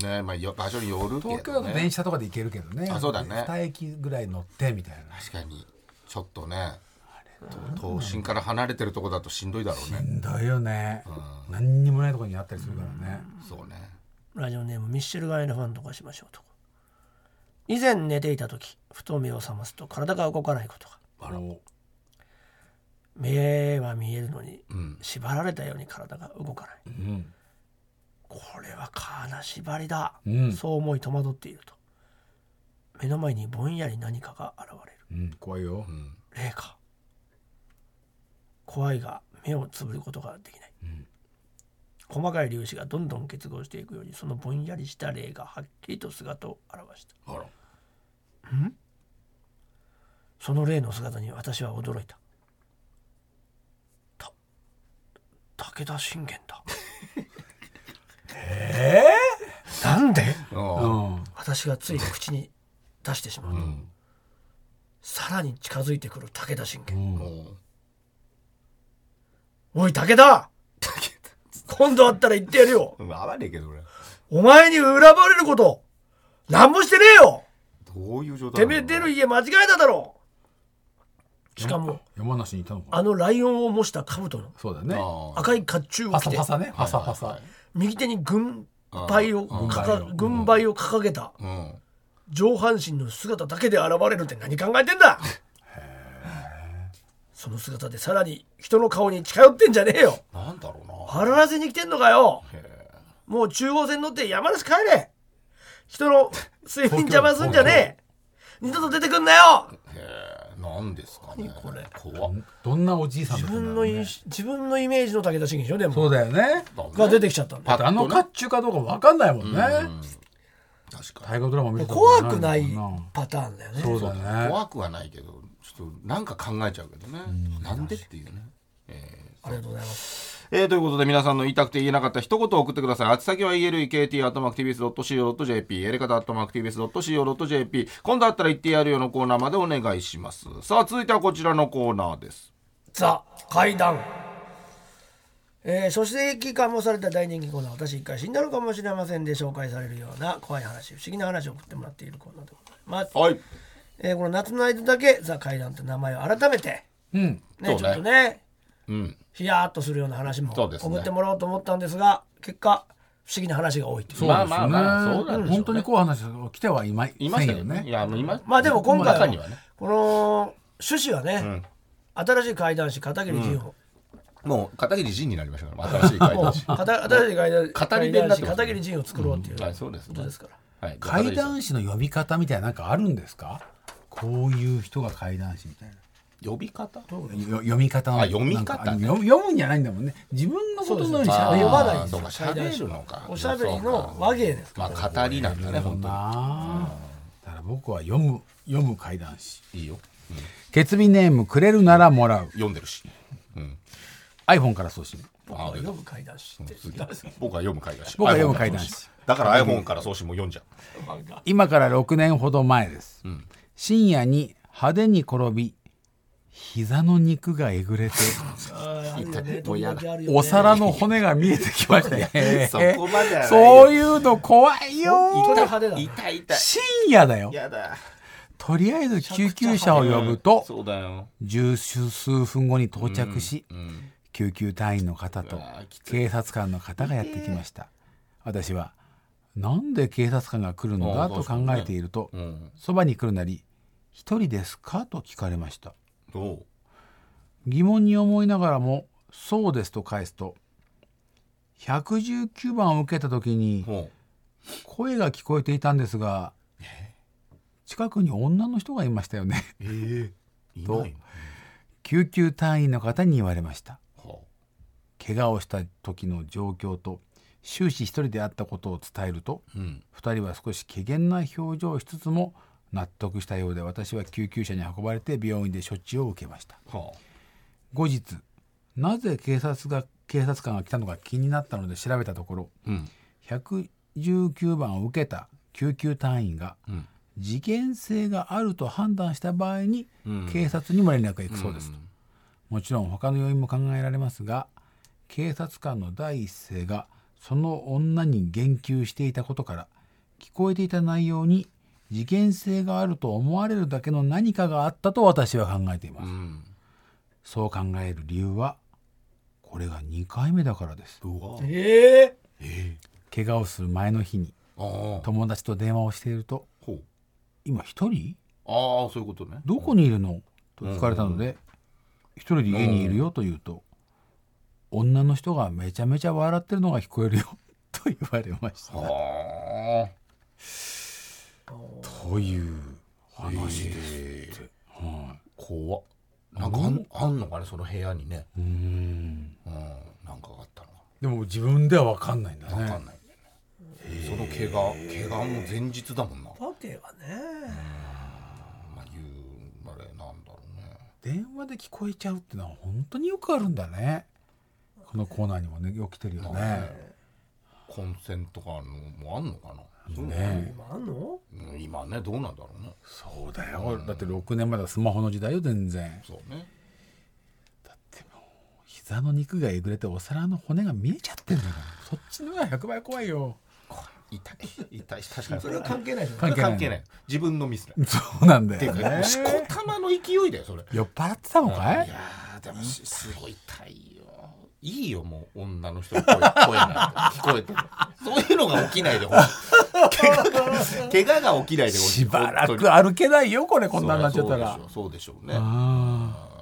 [SPEAKER 2] ねまあよ場所によるけどね
[SPEAKER 4] 東京だと電車とかで行けるけどね。
[SPEAKER 2] あそうだね
[SPEAKER 4] 二駅ぐらい乗ってみたいな。
[SPEAKER 2] 確かにちょっとね都心から離れてるとこだとしんどいだろうね
[SPEAKER 4] しんどいよね。何にもないところにあったりするからね。
[SPEAKER 2] そうね
[SPEAKER 3] ラジオネームミッシェルガイのファンとかしましょうと以前寝ていた時ふと目を覚ますと体が動かないことが
[SPEAKER 4] お
[SPEAKER 3] 目は見えるのに
[SPEAKER 2] ん
[SPEAKER 3] 縛られたように体が動かない、
[SPEAKER 4] ん
[SPEAKER 3] これは金縛りだ、
[SPEAKER 4] うん
[SPEAKER 3] そう思い戸惑っていると目の前にぼんやり何かが現れる
[SPEAKER 4] うん、怖いよ。
[SPEAKER 3] 霊か怖いが目をつぶることができない、細かい粒子がどんどん結合していくようにそのぼんやりした霊がはっきりと姿を現した
[SPEAKER 2] あら
[SPEAKER 3] その霊の姿に私は驚いたた武田信玄だええなんで
[SPEAKER 2] う
[SPEAKER 4] うんん。
[SPEAKER 3] 私がつい口に出してしまうと、さらに近づいてくる武田信玄、
[SPEAKER 2] も
[SPEAKER 3] おい武田今度会ったら言ってやるよ
[SPEAKER 2] ううん合わねえけど俺
[SPEAKER 3] お前に恨まれること何もしてねえよ
[SPEAKER 2] どういう状態
[SPEAKER 3] て
[SPEAKER 2] な
[SPEAKER 3] めえ
[SPEAKER 2] の
[SPEAKER 3] 出る家間違えただろしかも
[SPEAKER 4] 山梨にいたのかな
[SPEAKER 3] あのライオンを模した兜の
[SPEAKER 4] そうだね。
[SPEAKER 2] あ
[SPEAKER 3] 赤い甲冑を
[SPEAKER 4] パ
[SPEAKER 3] 着
[SPEAKER 4] サ
[SPEAKER 3] て
[SPEAKER 4] パサね。パサパサ。
[SPEAKER 3] 右手に軍配を掲
[SPEAKER 4] う
[SPEAKER 3] げ軍配を掲げた
[SPEAKER 2] あうん
[SPEAKER 3] 上半身の姿だけで現れるって何考えてんだその姿でさらに人の顔に近寄ってんじゃねえよ
[SPEAKER 2] なんだろうな
[SPEAKER 3] 腹らせに来てんのかよ
[SPEAKER 2] へえ
[SPEAKER 3] もう中央線乗って山梨帰れ人の睡眠邪魔すんじゃねえ二度と出てくんなよ
[SPEAKER 2] へえなんですかね
[SPEAKER 3] これ
[SPEAKER 2] 怖っ
[SPEAKER 4] どんなおじいさんだ
[SPEAKER 3] 自
[SPEAKER 4] った
[SPEAKER 3] 分
[SPEAKER 4] んだろ
[SPEAKER 3] の
[SPEAKER 4] う
[SPEAKER 3] イ,、
[SPEAKER 4] ね。
[SPEAKER 3] 自分のイメージの武田信玄でしょで
[SPEAKER 4] そ
[SPEAKER 3] も
[SPEAKER 4] うだよね。
[SPEAKER 3] が出てきちゃったんだ
[SPEAKER 2] パ
[SPEAKER 4] あの甲冑かどうかわかんないもんね。
[SPEAKER 2] 確か
[SPEAKER 4] 大河ドラマ見る
[SPEAKER 3] 怖くないパターンだよね
[SPEAKER 4] そうだね。
[SPEAKER 2] 怖くはないけどちょっとなんか考えちゃうけどねなんでっていうね
[SPEAKER 3] ありがとうございます
[SPEAKER 2] えー、ということで皆さんの言いたくて言えなかった一言を送ってください。あつ先は elekt.mactvs.co.jp、やり方 .mactvs.co.jp、今度あったら言ってやるよのコーナーまでお願いします。さあ、続いてはこちらのコーナーです。
[SPEAKER 3] ザ怪談えー、書籍化もされた大人気コーナー私一回死んだのかもしれませんで紹介されるような怖い話不思議な話を送ってもらっているコーナーでございます、
[SPEAKER 2] はい。
[SPEAKER 3] えーこの夏の間だけザ怪談って名前を改めて
[SPEAKER 4] うん。
[SPEAKER 3] ね
[SPEAKER 2] そうね
[SPEAKER 3] ちょっとね
[SPEAKER 2] うん。
[SPEAKER 3] ヒヤーっとするような話も
[SPEAKER 2] そうですね
[SPEAKER 3] 送ってもらおうと思ったんですが結果不思議な話が多いという
[SPEAKER 4] そう
[SPEAKER 2] ま
[SPEAKER 4] で
[SPEAKER 2] あ
[SPEAKER 4] す
[SPEAKER 2] ま
[SPEAKER 4] ね。
[SPEAKER 2] あまあそうなんでしょうね
[SPEAKER 4] 本当に怖い話が来てはいま
[SPEAKER 2] いました
[SPEAKER 4] せん
[SPEAKER 2] よ
[SPEAKER 4] よ
[SPEAKER 2] ね。い
[SPEAKER 4] ね。
[SPEAKER 2] や、もう今、
[SPEAKER 3] まあでも今回
[SPEAKER 2] 中
[SPEAKER 3] は
[SPEAKER 2] にはね
[SPEAKER 3] この趣旨はね、
[SPEAKER 2] ん
[SPEAKER 3] 新しい怪談師片桐仁を、
[SPEAKER 2] もう片桐仁になりましたから、新しい回
[SPEAKER 3] <laughs> もう
[SPEAKER 2] だし。
[SPEAKER 3] 片新しい怪談
[SPEAKER 2] 語り部になってます
[SPEAKER 3] 怪談師片桐仁を作ろうっていう
[SPEAKER 2] はい、そうです、
[SPEAKER 3] ことですから、
[SPEAKER 2] はい、
[SPEAKER 4] 怪談師の呼び方みたいななんかあるんですか？こういう人が怪談師みたいな。
[SPEAKER 2] 呼び方
[SPEAKER 4] よ読み方の
[SPEAKER 2] あ読み方
[SPEAKER 4] なんかあ読む読むんじゃないんだもんね。自分のことのように
[SPEAKER 3] あ
[SPEAKER 4] 喋る
[SPEAKER 3] 呼
[SPEAKER 4] よ
[SPEAKER 3] ばないんです
[SPEAKER 2] そう
[SPEAKER 3] よ
[SPEAKER 2] か、喋るのか。
[SPEAKER 3] おしゃべりの和芸ですか
[SPEAKER 2] まあ、語りなんだね、本当
[SPEAKER 4] な。だから僕は読む読む怪談師。
[SPEAKER 2] に。いいよ。
[SPEAKER 4] 決備ネームくれるならもらう。
[SPEAKER 2] 読んでるし。
[SPEAKER 4] iPhone から送信。
[SPEAKER 3] 僕は読む怪談師って誰ですか
[SPEAKER 2] 僕は読む回だし。
[SPEAKER 4] 僕は読む怪談師
[SPEAKER 2] iPhone から送信だから iPhone から送信も読んじゃう。
[SPEAKER 4] 今から6年ほど前です、深夜に派手に転び膝の肉がえ
[SPEAKER 2] <laughs>
[SPEAKER 4] ぐれて、
[SPEAKER 3] あーあるよね
[SPEAKER 2] もう嫌だ。
[SPEAKER 3] 時々あるよね
[SPEAKER 4] お皿の骨が見えてきましたね
[SPEAKER 2] そこまではないよ
[SPEAKER 4] そういうの怖いよ。
[SPEAKER 3] 本当に派手だね
[SPEAKER 2] 痛い痛い
[SPEAKER 4] 深夜だよ。
[SPEAKER 2] やだ
[SPEAKER 4] とりあえず救急車を呼ぶと、
[SPEAKER 2] そうだよ
[SPEAKER 4] 十数分後に到着し、
[SPEAKER 2] うん
[SPEAKER 4] 救急隊員の方と
[SPEAKER 2] うわーきつい
[SPEAKER 4] 警察官の方がやってきました。私は、なんで警察官が来るの
[SPEAKER 2] あー
[SPEAKER 4] だと考
[SPEAKER 2] 確かにね
[SPEAKER 4] えていると
[SPEAKER 2] う、ん
[SPEAKER 4] そばに来るなり、一人ですかと聞かれました。
[SPEAKER 2] どう
[SPEAKER 4] 疑問に思いながらも「そうです」と返すと119番を受けた時に
[SPEAKER 2] ほ
[SPEAKER 4] 声が聞こえていたんですが近くに女の人がいましたよね <laughs>
[SPEAKER 2] うええいないの
[SPEAKER 4] 救急隊員の方に言われました
[SPEAKER 2] ほ
[SPEAKER 4] 怪我をした時の状況と終始一人であったことを伝えると
[SPEAKER 2] ううん
[SPEAKER 4] 2人は少し怪げな表情をしつつも納得したようで私は救急車に運ばれて病院で処置を受けました
[SPEAKER 2] ほ
[SPEAKER 4] 後日なぜ警察が警察官が来たのか気になったので調べたところ
[SPEAKER 2] ううん
[SPEAKER 4] 119番を受けた救急隊員が
[SPEAKER 2] うん
[SPEAKER 4] 事件性があると判断した場合に
[SPEAKER 2] うん
[SPEAKER 4] 警察にも連絡が行くそうですと、もちろん他の要因も考えられますが警察官の第一声がその女に言及していたことから聞こえていた内容に事件性があると思われるだけの何かがあったと私は考えています、
[SPEAKER 2] ん
[SPEAKER 4] そう考える理由はこれが2回目だからです
[SPEAKER 2] うわ
[SPEAKER 3] ええ
[SPEAKER 4] 怪我をする前の日に
[SPEAKER 2] ああ
[SPEAKER 4] 友達と電話をしていると
[SPEAKER 2] ほう
[SPEAKER 4] 「今一人
[SPEAKER 2] ああそういうことね
[SPEAKER 4] どこにいるの?」と聞かれたので「一人で家にいるよ」と言うと「女の人がめちゃめちゃ笑ってるのが聞こえるよ」 <laughs> と言われました。
[SPEAKER 2] はあ
[SPEAKER 4] という話です。
[SPEAKER 2] 怖っなんかあんあんのかねその部屋にね
[SPEAKER 4] うーん
[SPEAKER 2] うんなんかがあったのか
[SPEAKER 4] でも自分では分かんないんだ
[SPEAKER 2] わかん
[SPEAKER 4] ね。
[SPEAKER 2] ないんだよねその怪我怪我も前日だもんな
[SPEAKER 3] パテがね
[SPEAKER 2] まあ言うあれなんだろうね
[SPEAKER 4] 電話で聞こえちゃうってのは本当によくあるんだね。このコーナーにもねよく来てるよね。
[SPEAKER 2] 混戦とかのもあんのかなそう
[SPEAKER 4] ね
[SPEAKER 3] 今あんの
[SPEAKER 2] うん今ねどうなんだろうね
[SPEAKER 4] そうだよ。だって6年前だスマホの時代よ全然。
[SPEAKER 2] そうね
[SPEAKER 4] 膝の肉がえぐれてお皿の骨が見えちゃってるんだからそっちの方が100倍怖いよ
[SPEAKER 2] 痛い痛い確かにそ
[SPEAKER 3] そ
[SPEAKER 2] れ
[SPEAKER 3] れ
[SPEAKER 2] は
[SPEAKER 3] は
[SPEAKER 2] 関
[SPEAKER 3] 関
[SPEAKER 2] 係
[SPEAKER 3] 係ないでしょ
[SPEAKER 2] 関係ない
[SPEAKER 4] 関係ない
[SPEAKER 2] 自分のミスだっ
[SPEAKER 4] そうなんだ
[SPEAKER 2] てい
[SPEAKER 4] よ
[SPEAKER 2] うか
[SPEAKER 4] ね
[SPEAKER 2] しこたまの勢いだよそれ
[SPEAKER 4] 酔っ払ってたのか
[SPEAKER 2] い
[SPEAKER 4] い
[SPEAKER 2] やーでもしすごい痛いよいいよもう女の人の声声なんて聞こえてるそういうのが起きないでほしい怪我が怪我が起きないでほしい
[SPEAKER 4] しばら
[SPEAKER 2] 本
[SPEAKER 4] く歩けないよこれ
[SPEAKER 2] 当
[SPEAKER 4] こんなんなっちゃったら
[SPEAKER 2] そうでしょうそうでしょうね
[SPEAKER 4] あ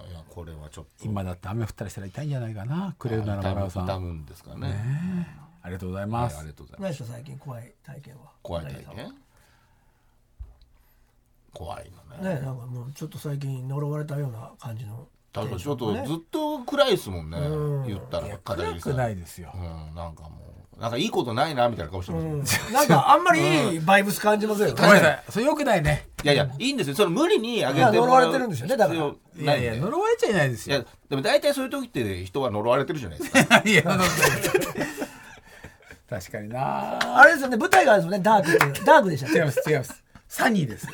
[SPEAKER 2] あーいやこれはちょっと
[SPEAKER 4] ー今だって雨降ったりしたら痛いんじゃないかなくれるなら
[SPEAKER 2] 痛
[SPEAKER 4] マラ
[SPEAKER 2] む
[SPEAKER 4] オさん
[SPEAKER 2] 痛
[SPEAKER 4] あ
[SPEAKER 2] むんですかね
[SPEAKER 4] りがとうござい
[SPEAKER 2] は
[SPEAKER 4] ま
[SPEAKER 2] いあり
[SPEAKER 4] す
[SPEAKER 2] がとうございます
[SPEAKER 3] 何でしょ最近怖い体験は
[SPEAKER 2] 怖い体験怖いのね
[SPEAKER 3] ねなんかもうちょっと最近呪われたような感じの
[SPEAKER 2] だからちょっとずっと暗いですもんね
[SPEAKER 3] うん
[SPEAKER 2] 言った
[SPEAKER 4] い
[SPEAKER 2] ら
[SPEAKER 4] や
[SPEAKER 2] 片
[SPEAKER 4] 暗
[SPEAKER 2] 桐さ
[SPEAKER 4] く
[SPEAKER 2] ん
[SPEAKER 4] ないですよ
[SPEAKER 2] うんなんかもうなんかいいことないなみたいな顔してますもん <laughs>
[SPEAKER 3] うんなんかあんまりいいバイブス感じませんよ
[SPEAKER 4] ごめんな
[SPEAKER 3] ね
[SPEAKER 4] さいそれよくないね
[SPEAKER 2] いやいや、いいんですよ。その無理に上げて
[SPEAKER 3] いや呪われてるんですよねだから
[SPEAKER 4] いやいや
[SPEAKER 2] い
[SPEAKER 4] 呪われちゃいないです
[SPEAKER 2] や
[SPEAKER 4] よ、
[SPEAKER 2] でも大体そういう時って人は呪われてるじゃないですか。
[SPEAKER 4] <laughs> いや呪われちゃいない確かに
[SPEAKER 2] <laughs>
[SPEAKER 4] な
[SPEAKER 3] あれですよね舞台があるんですよねダークっていうダークでしたっ
[SPEAKER 4] 違い
[SPEAKER 3] け
[SPEAKER 4] ます違いますサニーです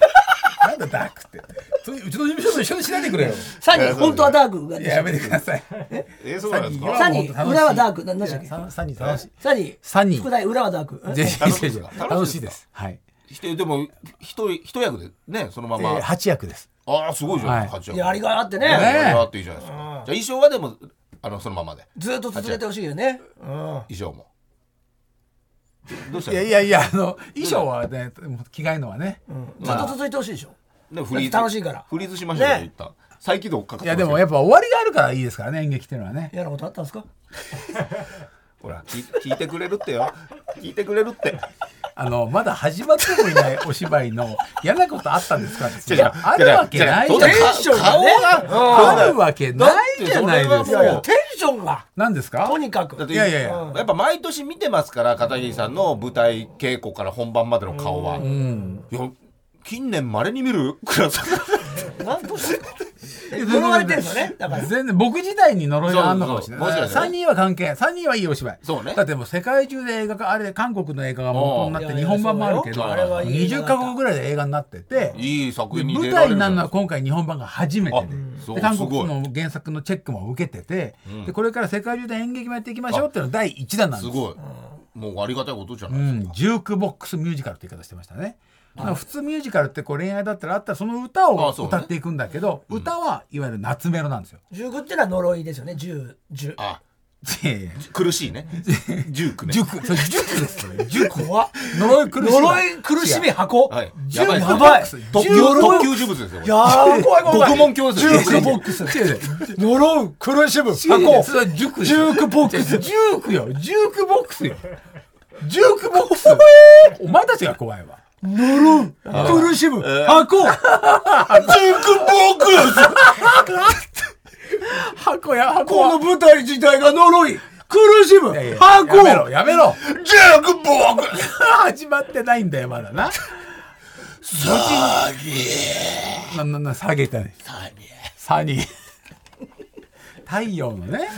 [SPEAKER 4] なんだダークってそういううちの事務所と一緒にしないでくれよ
[SPEAKER 3] サニー本当はダークが
[SPEAKER 4] いややめてください
[SPEAKER 2] えー、そうなんですか
[SPEAKER 3] サニー裏はダークななんでしたっけ
[SPEAKER 4] ササニー楽しい
[SPEAKER 3] サニー
[SPEAKER 4] サニー
[SPEAKER 3] 副題裏はダークえ
[SPEAKER 4] ぜひ
[SPEAKER 2] 楽しい
[SPEAKER 4] ぜ
[SPEAKER 2] です
[SPEAKER 4] ひ
[SPEAKER 2] か
[SPEAKER 4] 楽しいですはい
[SPEAKER 2] 人でも、一人、一役でね、そのま
[SPEAKER 4] で
[SPEAKER 2] ま。
[SPEAKER 4] 八役です
[SPEAKER 2] ああ、すごいじゃないですか、八役。
[SPEAKER 3] いやありがあって
[SPEAKER 2] ね
[SPEAKER 3] ね
[SPEAKER 2] ありがっていいじゃないですか。じゃあ衣装はでも、あの、そのままで。
[SPEAKER 3] ずっと続けてほしいよねうん
[SPEAKER 2] 衣装も。どうし
[SPEAKER 4] い
[SPEAKER 2] た
[SPEAKER 4] や
[SPEAKER 2] ら
[SPEAKER 4] いやいやあの衣装はねもう着替えるのはね
[SPEAKER 3] ずっと続いてほしいでしょ
[SPEAKER 2] ねフリーズ。
[SPEAKER 3] 楽しいから
[SPEAKER 2] フリーズしましたね、
[SPEAKER 3] ね
[SPEAKER 2] 一旦。再起動かかって
[SPEAKER 4] い
[SPEAKER 2] ま
[SPEAKER 4] や
[SPEAKER 2] すけ
[SPEAKER 4] で
[SPEAKER 2] ど
[SPEAKER 4] もやっぱ終わりがあるからいいですからね演劇っていうのはね
[SPEAKER 3] 嫌なことあったんですか
[SPEAKER 2] ほら、聞い聞いてくれるってよ。聞いてくれるって。
[SPEAKER 4] あのまだ始まってもいないお芝居の嫌なことあったんですか
[SPEAKER 2] 違う違う
[SPEAKER 4] あるわけないじゃ
[SPEAKER 2] 違う違う
[SPEAKER 4] ん
[SPEAKER 2] そうだよ顔が
[SPEAKER 4] あるわけないじゃない
[SPEAKER 2] だ
[SPEAKER 4] で
[SPEAKER 2] って
[SPEAKER 4] す
[SPEAKER 2] それはもう
[SPEAKER 4] か
[SPEAKER 3] テンションが
[SPEAKER 4] 何ですか
[SPEAKER 3] とにかく
[SPEAKER 2] だって
[SPEAKER 4] いやいやいや
[SPEAKER 2] うんやっぱ毎年見てますから片桐さんの舞台稽古から本番までの顔は、いや近年まれに見るクラス
[SPEAKER 4] <laughs>
[SPEAKER 3] なんとして呪われてるのねだから
[SPEAKER 4] 全然僕自体に呪いがあんのかもしれ
[SPEAKER 2] そうそう
[SPEAKER 4] な
[SPEAKER 2] もしか
[SPEAKER 4] い
[SPEAKER 2] したら
[SPEAKER 4] 三
[SPEAKER 2] ね
[SPEAKER 4] 人は関係ない三人はいいお芝居
[SPEAKER 2] そうね
[SPEAKER 4] だってもう世界中で映画があれ韓国の映画が元になって
[SPEAKER 3] いやい
[SPEAKER 4] 日
[SPEAKER 3] や
[SPEAKER 4] 本版もあるけど
[SPEAKER 2] そうだよあれはい
[SPEAKER 3] い映画だ
[SPEAKER 4] 20
[SPEAKER 3] った
[SPEAKER 4] カ国ぐらいで映画になってて
[SPEAKER 2] <laughs> いい作
[SPEAKER 4] で
[SPEAKER 2] 品に
[SPEAKER 4] 舞
[SPEAKER 2] 出られ
[SPEAKER 4] 台
[SPEAKER 2] るじ
[SPEAKER 4] にな
[SPEAKER 2] ゃ
[SPEAKER 4] るの
[SPEAKER 2] ない
[SPEAKER 4] は今回日本版が初めてで
[SPEAKER 2] あそう
[SPEAKER 4] で韓
[SPEAKER 2] すご
[SPEAKER 4] 国
[SPEAKER 2] い
[SPEAKER 4] の原作のチェックも受けててでこれから世界中で演劇もやっていきましょうっていうのが第1弾なん
[SPEAKER 2] す
[SPEAKER 4] です
[SPEAKER 2] ごいもうありがたいことじゃ
[SPEAKER 4] う
[SPEAKER 2] ない
[SPEAKER 4] ん、ジュークボックスミュージカルって言い方してましたね。なんか普通ミュージカルってこう恋愛だったらあったらその歌を
[SPEAKER 2] あそうね
[SPEAKER 4] 歌っていくんだけど、歌はいわゆる夏メロなんですよ。
[SPEAKER 3] 十九ってのは呪いですよね十十
[SPEAKER 2] あ
[SPEAKER 4] いやいや
[SPEAKER 2] 苦しい
[SPEAKER 4] <laughs>
[SPEAKER 2] ね19ね
[SPEAKER 4] 塾、それ塾ですよ。塾。
[SPEAKER 3] 怖っ
[SPEAKER 4] 呪い苦しみ。
[SPEAKER 3] 呪い苦しみ箱
[SPEAKER 2] はい
[SPEAKER 3] 十やばい
[SPEAKER 2] や
[SPEAKER 4] <laughs> ばい
[SPEAKER 2] 特級
[SPEAKER 3] 呪い
[SPEAKER 2] 特級呪物ですよこれ
[SPEAKER 3] やー怖い怖い
[SPEAKER 2] 獄門教室
[SPEAKER 3] 十
[SPEAKER 2] です
[SPEAKER 3] 九
[SPEAKER 2] よ
[SPEAKER 3] ボックス
[SPEAKER 4] 違う違う
[SPEAKER 3] 呪う苦しむ
[SPEAKER 4] 違う
[SPEAKER 3] 箱
[SPEAKER 4] それは塾
[SPEAKER 3] ジュークボックス
[SPEAKER 4] ジュークよ。ジュークボックスよ。ジュークボックス。お前たちが怖いわ。
[SPEAKER 3] 苦しむ箱
[SPEAKER 4] <laughs> 箱や箱
[SPEAKER 3] こ
[SPEAKER 4] は。
[SPEAKER 3] の舞台自体が呪い苦しむ
[SPEAKER 4] いやいや
[SPEAKER 3] 箱
[SPEAKER 4] やめろ、やめろ。
[SPEAKER 2] ジャグボーグ
[SPEAKER 4] <laughs> 始まってないんだよ、まだな。
[SPEAKER 2] サギ
[SPEAKER 4] な、な、な、下げたね。
[SPEAKER 2] サギ
[SPEAKER 4] サニー。太陽のね、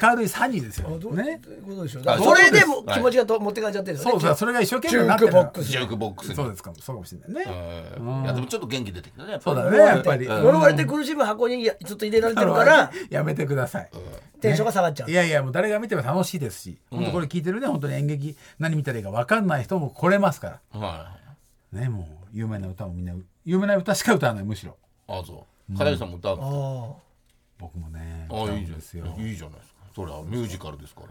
[SPEAKER 4] 明るいサニーですよ。ね。
[SPEAKER 3] ということでしょ
[SPEAKER 2] あ
[SPEAKER 3] それでも
[SPEAKER 2] そうです
[SPEAKER 3] 気持ちがと持ってかれちゃってるんですね
[SPEAKER 4] そうそう、それが一生懸
[SPEAKER 3] ジ
[SPEAKER 4] 命
[SPEAKER 3] ュ
[SPEAKER 4] な
[SPEAKER 3] ー
[SPEAKER 4] って
[SPEAKER 3] ク
[SPEAKER 4] る
[SPEAKER 3] ボックス
[SPEAKER 2] ジャグボックスに
[SPEAKER 4] そうですかも、そうかもしれないね。
[SPEAKER 2] うんいやでもちょっと元気出てきたねやっぱ
[SPEAKER 4] そう
[SPEAKER 2] り
[SPEAKER 4] だね、やっぱり。
[SPEAKER 3] 呪われて苦しむ箱にずっと入れられてるから
[SPEAKER 4] やめてください。
[SPEAKER 3] テンションが下がっちゃう
[SPEAKER 4] いやいや、もう誰が見ても楽しいですし、本当これ聞いてるね、本当に演劇、何見たらいいか分かんない人も来れますか
[SPEAKER 2] はい
[SPEAKER 4] ら。ね、もう、有名な歌をみんな、有名な歌しか歌わない、むしろ。
[SPEAKER 2] あそう片桐さんも歌うの
[SPEAKER 3] あ
[SPEAKER 4] 僕もね、歌う
[SPEAKER 2] あいい
[SPEAKER 4] ん
[SPEAKER 2] じゃん
[SPEAKER 4] ですよ。
[SPEAKER 2] いいじゃないですかそれはミュージカルですから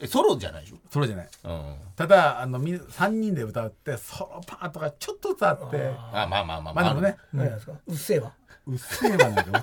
[SPEAKER 2] えソロじゃないでしょ
[SPEAKER 4] それじゃない。
[SPEAKER 2] うん
[SPEAKER 4] ただ、あの、み3人で歌うって、ソロパートがちょっとずつあって、
[SPEAKER 2] あまあまあまあ
[SPEAKER 4] まあでもね、
[SPEAKER 3] あ何なんですかうっせえわ
[SPEAKER 4] うっせえわなんか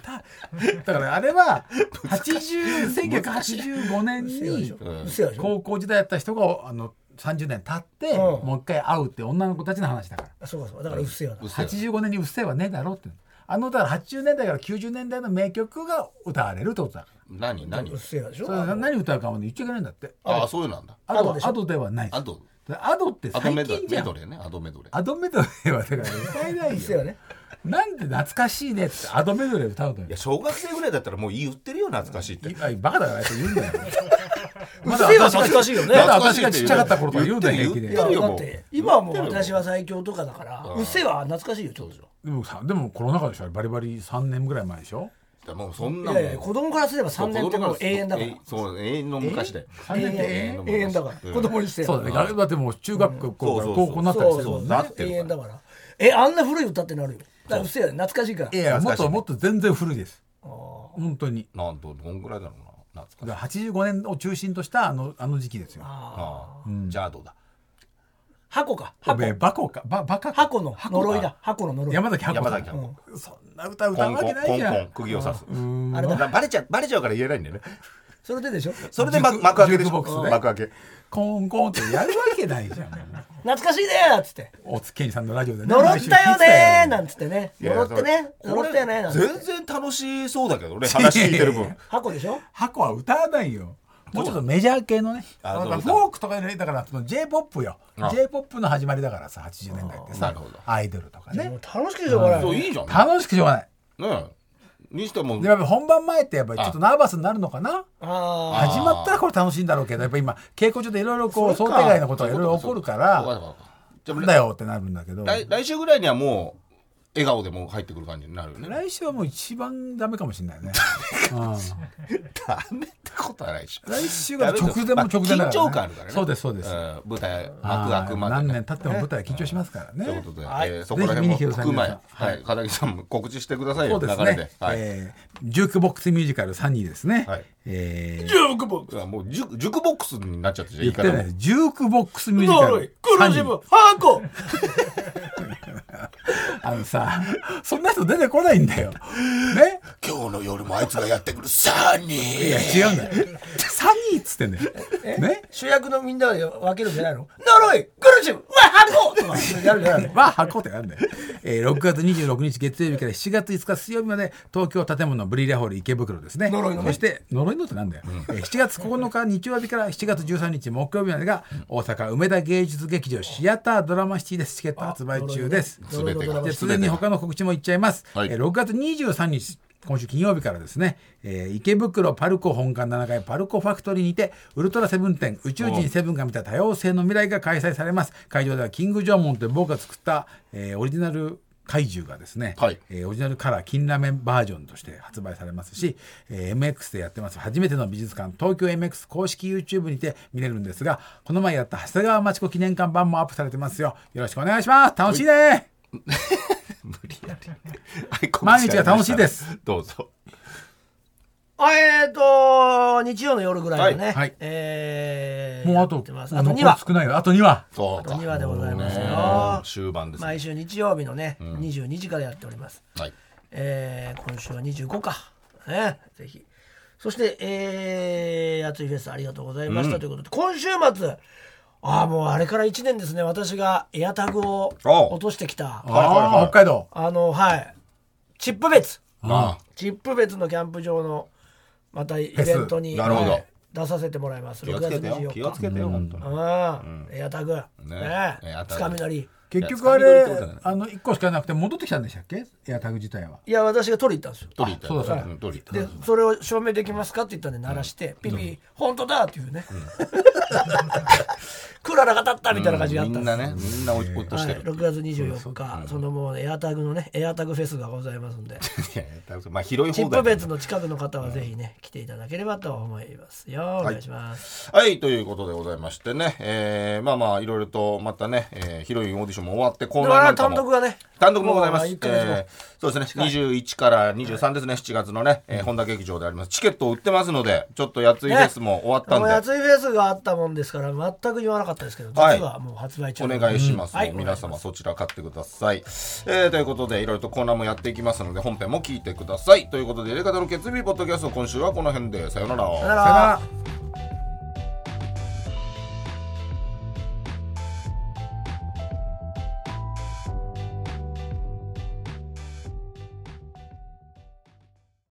[SPEAKER 4] 歌 <laughs> だからあれは80 1985年
[SPEAKER 3] うっせえわでし
[SPEAKER 4] に
[SPEAKER 3] ょ
[SPEAKER 2] ん
[SPEAKER 3] うっせえわでしょ
[SPEAKER 4] 高校時代やった人があの30年経って、
[SPEAKER 3] うん
[SPEAKER 4] もう一回会うって女の子たちの話だから
[SPEAKER 3] あそうかそうかだからうっせえわだ
[SPEAKER 2] うっせえわ
[SPEAKER 4] 85年に「うっせえわねえだろ」ってあのだから80年代から90年代の名曲が歌われるってことだから
[SPEAKER 2] 何
[SPEAKER 3] だから
[SPEAKER 2] 何
[SPEAKER 3] うっせえわでしょ
[SPEAKER 4] それ
[SPEAKER 3] あ
[SPEAKER 4] な
[SPEAKER 3] の
[SPEAKER 4] 何歌うかもね言っちゃいけないんだって
[SPEAKER 2] ああそういうのなんだ
[SPEAKER 4] アド
[SPEAKER 3] アド
[SPEAKER 4] は
[SPEAKER 3] でしょ
[SPEAKER 4] アドではない
[SPEAKER 2] アド
[SPEAKER 4] アドって
[SPEAKER 2] アドメ
[SPEAKER 4] 最
[SPEAKER 2] ドレ
[SPEAKER 4] 近じ
[SPEAKER 2] メ
[SPEAKER 4] ゃん
[SPEAKER 2] ドレーねアドメドレー
[SPEAKER 4] アドメドレーはだから歌えな
[SPEAKER 3] うっ
[SPEAKER 4] い
[SPEAKER 3] せえわ
[SPEAKER 4] よ
[SPEAKER 3] ね
[SPEAKER 4] なんで懐かしいねってアドメドレー歌うのよ
[SPEAKER 2] いや小学生ぐらいだったらもう言ってるよ懐かしいって
[SPEAKER 4] あバカだからあいつ言うんだよ。
[SPEAKER 3] うっせえわ懐かしいよね
[SPEAKER 4] まだ私がちっちゃかった頃とか言うんだよ、
[SPEAKER 2] 言
[SPEAKER 4] 平気で
[SPEAKER 2] っ
[SPEAKER 3] い
[SPEAKER 2] て。
[SPEAKER 3] や
[SPEAKER 2] るよ
[SPEAKER 3] だ
[SPEAKER 2] も
[SPEAKER 3] っ
[SPEAKER 2] う
[SPEAKER 3] て今はもう私は最強とかだからうっせえわ懐かしいよちょっと
[SPEAKER 4] でもさ、でもコロナ禍でしょ、バリバリ3年ぐらい前でしょ。
[SPEAKER 2] だからもうそん
[SPEAKER 3] い
[SPEAKER 2] な
[SPEAKER 3] やいや子供からすれば3年ってもう永遠だか
[SPEAKER 2] え
[SPEAKER 3] ら
[SPEAKER 2] そう永遠の昔だよ
[SPEAKER 4] 3年って
[SPEAKER 2] の
[SPEAKER 3] 永
[SPEAKER 2] 昔
[SPEAKER 3] 遠だから子供にして
[SPEAKER 4] そうだね、だだってもう中学校から
[SPEAKER 2] そうそうそう
[SPEAKER 4] 高校になった
[SPEAKER 3] そ
[SPEAKER 4] りす
[SPEAKER 3] う
[SPEAKER 4] る
[SPEAKER 3] そ
[SPEAKER 4] も
[SPEAKER 3] うんな
[SPEAKER 4] ね
[SPEAKER 2] っ。て
[SPEAKER 3] 永
[SPEAKER 2] るから
[SPEAKER 3] 遠だからえあんな古い歌ってなるよだからうっせえわね懐かしいから
[SPEAKER 4] いやいや、もっ
[SPEAKER 2] 懐かしい
[SPEAKER 4] と
[SPEAKER 2] ね
[SPEAKER 4] もっと全然古いです。本当に。
[SPEAKER 2] なんとどんぐらいだろうな懐かしい
[SPEAKER 4] だから85年を中心としたあのあの時期ですよ。
[SPEAKER 2] ああジャードだ
[SPEAKER 3] 箱か
[SPEAKER 4] お
[SPEAKER 3] 箱
[SPEAKER 4] めえ、バカか、ばバカか。
[SPEAKER 3] 箱の呪いだ箱の呪い
[SPEAKER 4] 山崎箱
[SPEAKER 2] 山
[SPEAKER 4] 子
[SPEAKER 2] 崎箱
[SPEAKER 4] そんな歌
[SPEAKER 2] コ
[SPEAKER 4] 歌う
[SPEAKER 2] ン
[SPEAKER 4] わ
[SPEAKER 2] コ
[SPEAKER 4] け
[SPEAKER 2] ン
[SPEAKER 4] な
[SPEAKER 2] コ
[SPEAKER 4] い
[SPEAKER 2] ン
[SPEAKER 4] じゃ
[SPEAKER 2] コン
[SPEAKER 4] ん。
[SPEAKER 2] 釘を刺す
[SPEAKER 3] あれだ
[SPEAKER 2] バレちゃバレちゃうから言えないんだよね
[SPEAKER 3] それででしょ
[SPEAKER 2] それでま
[SPEAKER 4] 塾
[SPEAKER 2] 幕開けでし
[SPEAKER 4] 塾ボ
[SPEAKER 2] ょ
[SPEAKER 4] ックスね
[SPEAKER 2] 幕開け
[SPEAKER 4] コンコンってやるわけないじゃん。
[SPEAKER 3] 懐かしいねーっつって
[SPEAKER 4] 大津健二さんのラジオでね。。
[SPEAKER 3] 呪ったよねーなんんつってね
[SPEAKER 2] いやい
[SPEAKER 3] 呪
[SPEAKER 2] や
[SPEAKER 3] ってね
[SPEAKER 2] それ
[SPEAKER 3] 呪ったよねーなんつって
[SPEAKER 2] 全然楽しそうだけ
[SPEAKER 3] <laughs>
[SPEAKER 2] どね話聞いてる
[SPEAKER 4] いやい
[SPEAKER 2] 分
[SPEAKER 3] 箱でしょ
[SPEAKER 4] 箱は歌わないよもうちょっとメジャー系のねだ
[SPEAKER 2] あ
[SPEAKER 4] か
[SPEAKER 2] そう
[SPEAKER 4] ら
[SPEAKER 2] だ
[SPEAKER 4] フォークとかよりだからその j p o p よ
[SPEAKER 2] あ
[SPEAKER 4] j p o p の始まりだからさ80年代って
[SPEAKER 2] な
[SPEAKER 4] さ
[SPEAKER 2] るほど
[SPEAKER 4] アイドルとか
[SPEAKER 3] も
[SPEAKER 4] ね
[SPEAKER 3] う楽しくてしょうがない
[SPEAKER 2] そういいじゃんね
[SPEAKER 4] 楽しくしょうがない
[SPEAKER 2] えにしても
[SPEAKER 4] でやっぱ本番前ってやっぱりちょっとナーバスになるのかな
[SPEAKER 3] あ
[SPEAKER 4] 始まったらこれ楽しいんだろうけどやっぱ今稽古中でいろいろこう想定外のことがいろいろ起こるか
[SPEAKER 2] そう
[SPEAKER 4] ら
[SPEAKER 2] そうかじゃ
[SPEAKER 4] なん
[SPEAKER 2] あ
[SPEAKER 4] だよってなるんだけど
[SPEAKER 2] 来来週ぐらいにはもう笑顔でもう入ってくる感じになるよ
[SPEAKER 4] <laughs>
[SPEAKER 2] ね。
[SPEAKER 4] 来週はもう一番ダメかもしれないねうん
[SPEAKER 2] ダメってことはないでしょ。
[SPEAKER 4] 来週が直前も直前だからね
[SPEAKER 2] 緊張感あるからね。
[SPEAKER 4] そうですそうです
[SPEAKER 2] ん舞台幕開
[SPEAKER 4] あー
[SPEAKER 2] くまでね。
[SPEAKER 4] 何年経っても舞台は緊張しますからね
[SPEAKER 2] ということで、
[SPEAKER 3] はい
[SPEAKER 2] えーそこら辺も
[SPEAKER 4] ぜひ見に来てください
[SPEAKER 2] 含め、
[SPEAKER 4] 皆さん
[SPEAKER 2] は
[SPEAKER 4] はい
[SPEAKER 2] い、片桐さんも告知してください
[SPEAKER 4] そ
[SPEAKER 2] よ、
[SPEAKER 4] うです
[SPEAKER 2] 流れで
[SPEAKER 4] ね、。
[SPEAKER 2] はい。
[SPEAKER 4] えージュークボックスミュージカルサニーですね。
[SPEAKER 2] はい
[SPEAKER 4] えー
[SPEAKER 3] あ僕も
[SPEAKER 2] うわもう塾塾ボックスになっちゃってじゃん
[SPEAKER 4] 言
[SPEAKER 2] 言い
[SPEAKER 4] っ
[SPEAKER 2] 方
[SPEAKER 4] てな
[SPEAKER 2] も
[SPEAKER 4] い。ジュークボックスミュージカ
[SPEAKER 3] 呪い
[SPEAKER 4] ル。
[SPEAKER 3] 苦し
[SPEAKER 4] サニー
[SPEAKER 3] む箱
[SPEAKER 4] あのさ、そんな人出てこないんだよ。ね
[SPEAKER 2] 今日の夜もあいつがやってくるサニ
[SPEAKER 4] いや、
[SPEAKER 2] ー。
[SPEAKER 4] 違うんだよ。サニーっつってんだよ。ね
[SPEAKER 3] 主役のみんなで分けるんじゃないの呪い苦しむわ箱とかやるんじゃないの
[SPEAKER 4] まあ、箱ってなんだよ。えー、6月26日月曜日から7月5日水曜日まで、東京建物ブリリアホール池袋ですね。
[SPEAKER 3] 呪いのね
[SPEAKER 4] そして、呪いのってなんだよ。えー7月9日日曜日から7月13日木曜日までが、大阪梅田芸術劇場シアタードラマシティです。チケット発売中です。
[SPEAKER 2] すべてが
[SPEAKER 4] で、すでに他の告知も言っちゃいます。
[SPEAKER 2] はい
[SPEAKER 4] えー6月23日、今週金曜日からですね、えー池袋パルコ本館7階パルコファクトリーにてウルトラセブン展宇宙人セブンが見た多様性の未来が開催されます会場ではキング・ジョーモンという僕が作った、えーオリジナル怪獣がですね、
[SPEAKER 2] はい
[SPEAKER 4] えーオリジナルカラー金ラメバージョンとして発売されますし、えー MX でやってます初めての美術館東京 MX 公式 YouTube にて見れるんですがこの前やった長谷川町子記念館版もアップされてますよよろしくお願いします楽しいね
[SPEAKER 2] 無理やり。はい告知
[SPEAKER 4] 毎日が楽しいです。
[SPEAKER 2] どうぞ。
[SPEAKER 3] あえっ、と日曜の夜ぐらいのね、
[SPEAKER 4] はいはい
[SPEAKER 3] えー
[SPEAKER 4] もうあ
[SPEAKER 3] や
[SPEAKER 4] と
[SPEAKER 3] ってますあと
[SPEAKER 4] 残
[SPEAKER 3] 2
[SPEAKER 4] り
[SPEAKER 3] 話
[SPEAKER 4] 少ないよあと2話
[SPEAKER 2] そう
[SPEAKER 3] あ
[SPEAKER 2] か。
[SPEAKER 3] と2話でございますよ
[SPEAKER 2] もうね終盤ですね。
[SPEAKER 3] 毎週日曜日のね、22時からやっております、
[SPEAKER 2] はい。
[SPEAKER 3] えー今週は25かねぜひそしてえー、熱いフェスありがとうございました、ということで今週末ああもうあれから1年ですね私がエアタグを
[SPEAKER 2] おう
[SPEAKER 3] 落としてきた
[SPEAKER 4] あ
[SPEAKER 2] はいはいはい
[SPEAKER 4] ー北海道
[SPEAKER 3] あのはいチップ別
[SPEAKER 2] あ
[SPEAKER 3] チップ別のキャンプ場のまたイベントに
[SPEAKER 2] フェスなるほど
[SPEAKER 3] はい出させてもらいます
[SPEAKER 2] 気
[SPEAKER 3] 6
[SPEAKER 2] をつ
[SPEAKER 3] 月
[SPEAKER 2] けてよ。
[SPEAKER 3] 24
[SPEAKER 2] 気
[SPEAKER 3] 日
[SPEAKER 2] をつけてよ、本当に。
[SPEAKER 3] うん、エアタグね
[SPEAKER 2] エアタグ
[SPEAKER 3] つかみ取り
[SPEAKER 4] 結局あ
[SPEAKER 2] いや掴
[SPEAKER 4] れ
[SPEAKER 2] み取りってことだね
[SPEAKER 4] あの1個しかなくて戻ってきたんでしたっけエアタグ自体はい
[SPEAKER 3] や私が取り行ったんですよ
[SPEAKER 2] 取り
[SPEAKER 4] あ
[SPEAKER 2] 行
[SPEAKER 4] そう
[SPEAKER 2] った
[SPEAKER 4] だ
[SPEAKER 2] よ。うん取り行
[SPEAKER 3] で
[SPEAKER 2] っ
[SPEAKER 3] それを証明できますかって言ったんで鳴らして、ピピ、本当だっていうね、 <laughs> クララが立ったみたいな感じが
[SPEAKER 2] た。
[SPEAKER 3] あっ
[SPEAKER 2] み
[SPEAKER 3] たん
[SPEAKER 2] ん
[SPEAKER 3] で
[SPEAKER 2] な
[SPEAKER 3] す
[SPEAKER 2] ね、みんな落として
[SPEAKER 3] はい、
[SPEAKER 2] る。
[SPEAKER 3] 6月24日、そのもうエアタグのね、エアタグフェスがございます
[SPEAKER 2] <laughs>
[SPEAKER 3] んで、
[SPEAKER 2] いやいやまあ、広い
[SPEAKER 3] チッ
[SPEAKER 2] 方
[SPEAKER 3] プ
[SPEAKER 2] だ
[SPEAKER 3] 別の近くの方はぜひね、来ていただければと思いますよ。お願いします。
[SPEAKER 2] はい、ということでございましてね。えー、まあまあ、いろいろと、またね、えー、ヒロインオーディションも終わって、コー
[SPEAKER 3] で
[SPEAKER 2] ナーな
[SPEAKER 3] は
[SPEAKER 2] んか
[SPEAKER 3] 単
[SPEAKER 2] も。
[SPEAKER 3] 独がね、
[SPEAKER 2] 単独もございま
[SPEAKER 3] も
[SPEAKER 2] す
[SPEAKER 3] う。一ヶ月後
[SPEAKER 2] えーそうですね。21から23ですね。7月のね、えー、本田劇場であります。チケットを売ってますので、ちょっとやついフェスも終わったん
[SPEAKER 3] もうや
[SPEAKER 2] で、
[SPEAKER 3] ついフェスがあったもんですから、全く言わなかったですけど、実
[SPEAKER 2] はい
[SPEAKER 3] はもう発売中
[SPEAKER 2] お
[SPEAKER 3] なんで
[SPEAKER 2] 願いします。
[SPEAKER 3] はい
[SPEAKER 2] 皆様そちら買ってください。えー、ということで、いろいろとコーナーもやっていきますので、本編も聞いてください。ということで、エレガタの決意ポッドキャスト、今週はこの辺で、さようなら
[SPEAKER 3] さよなら
[SPEAKER 4] さよなら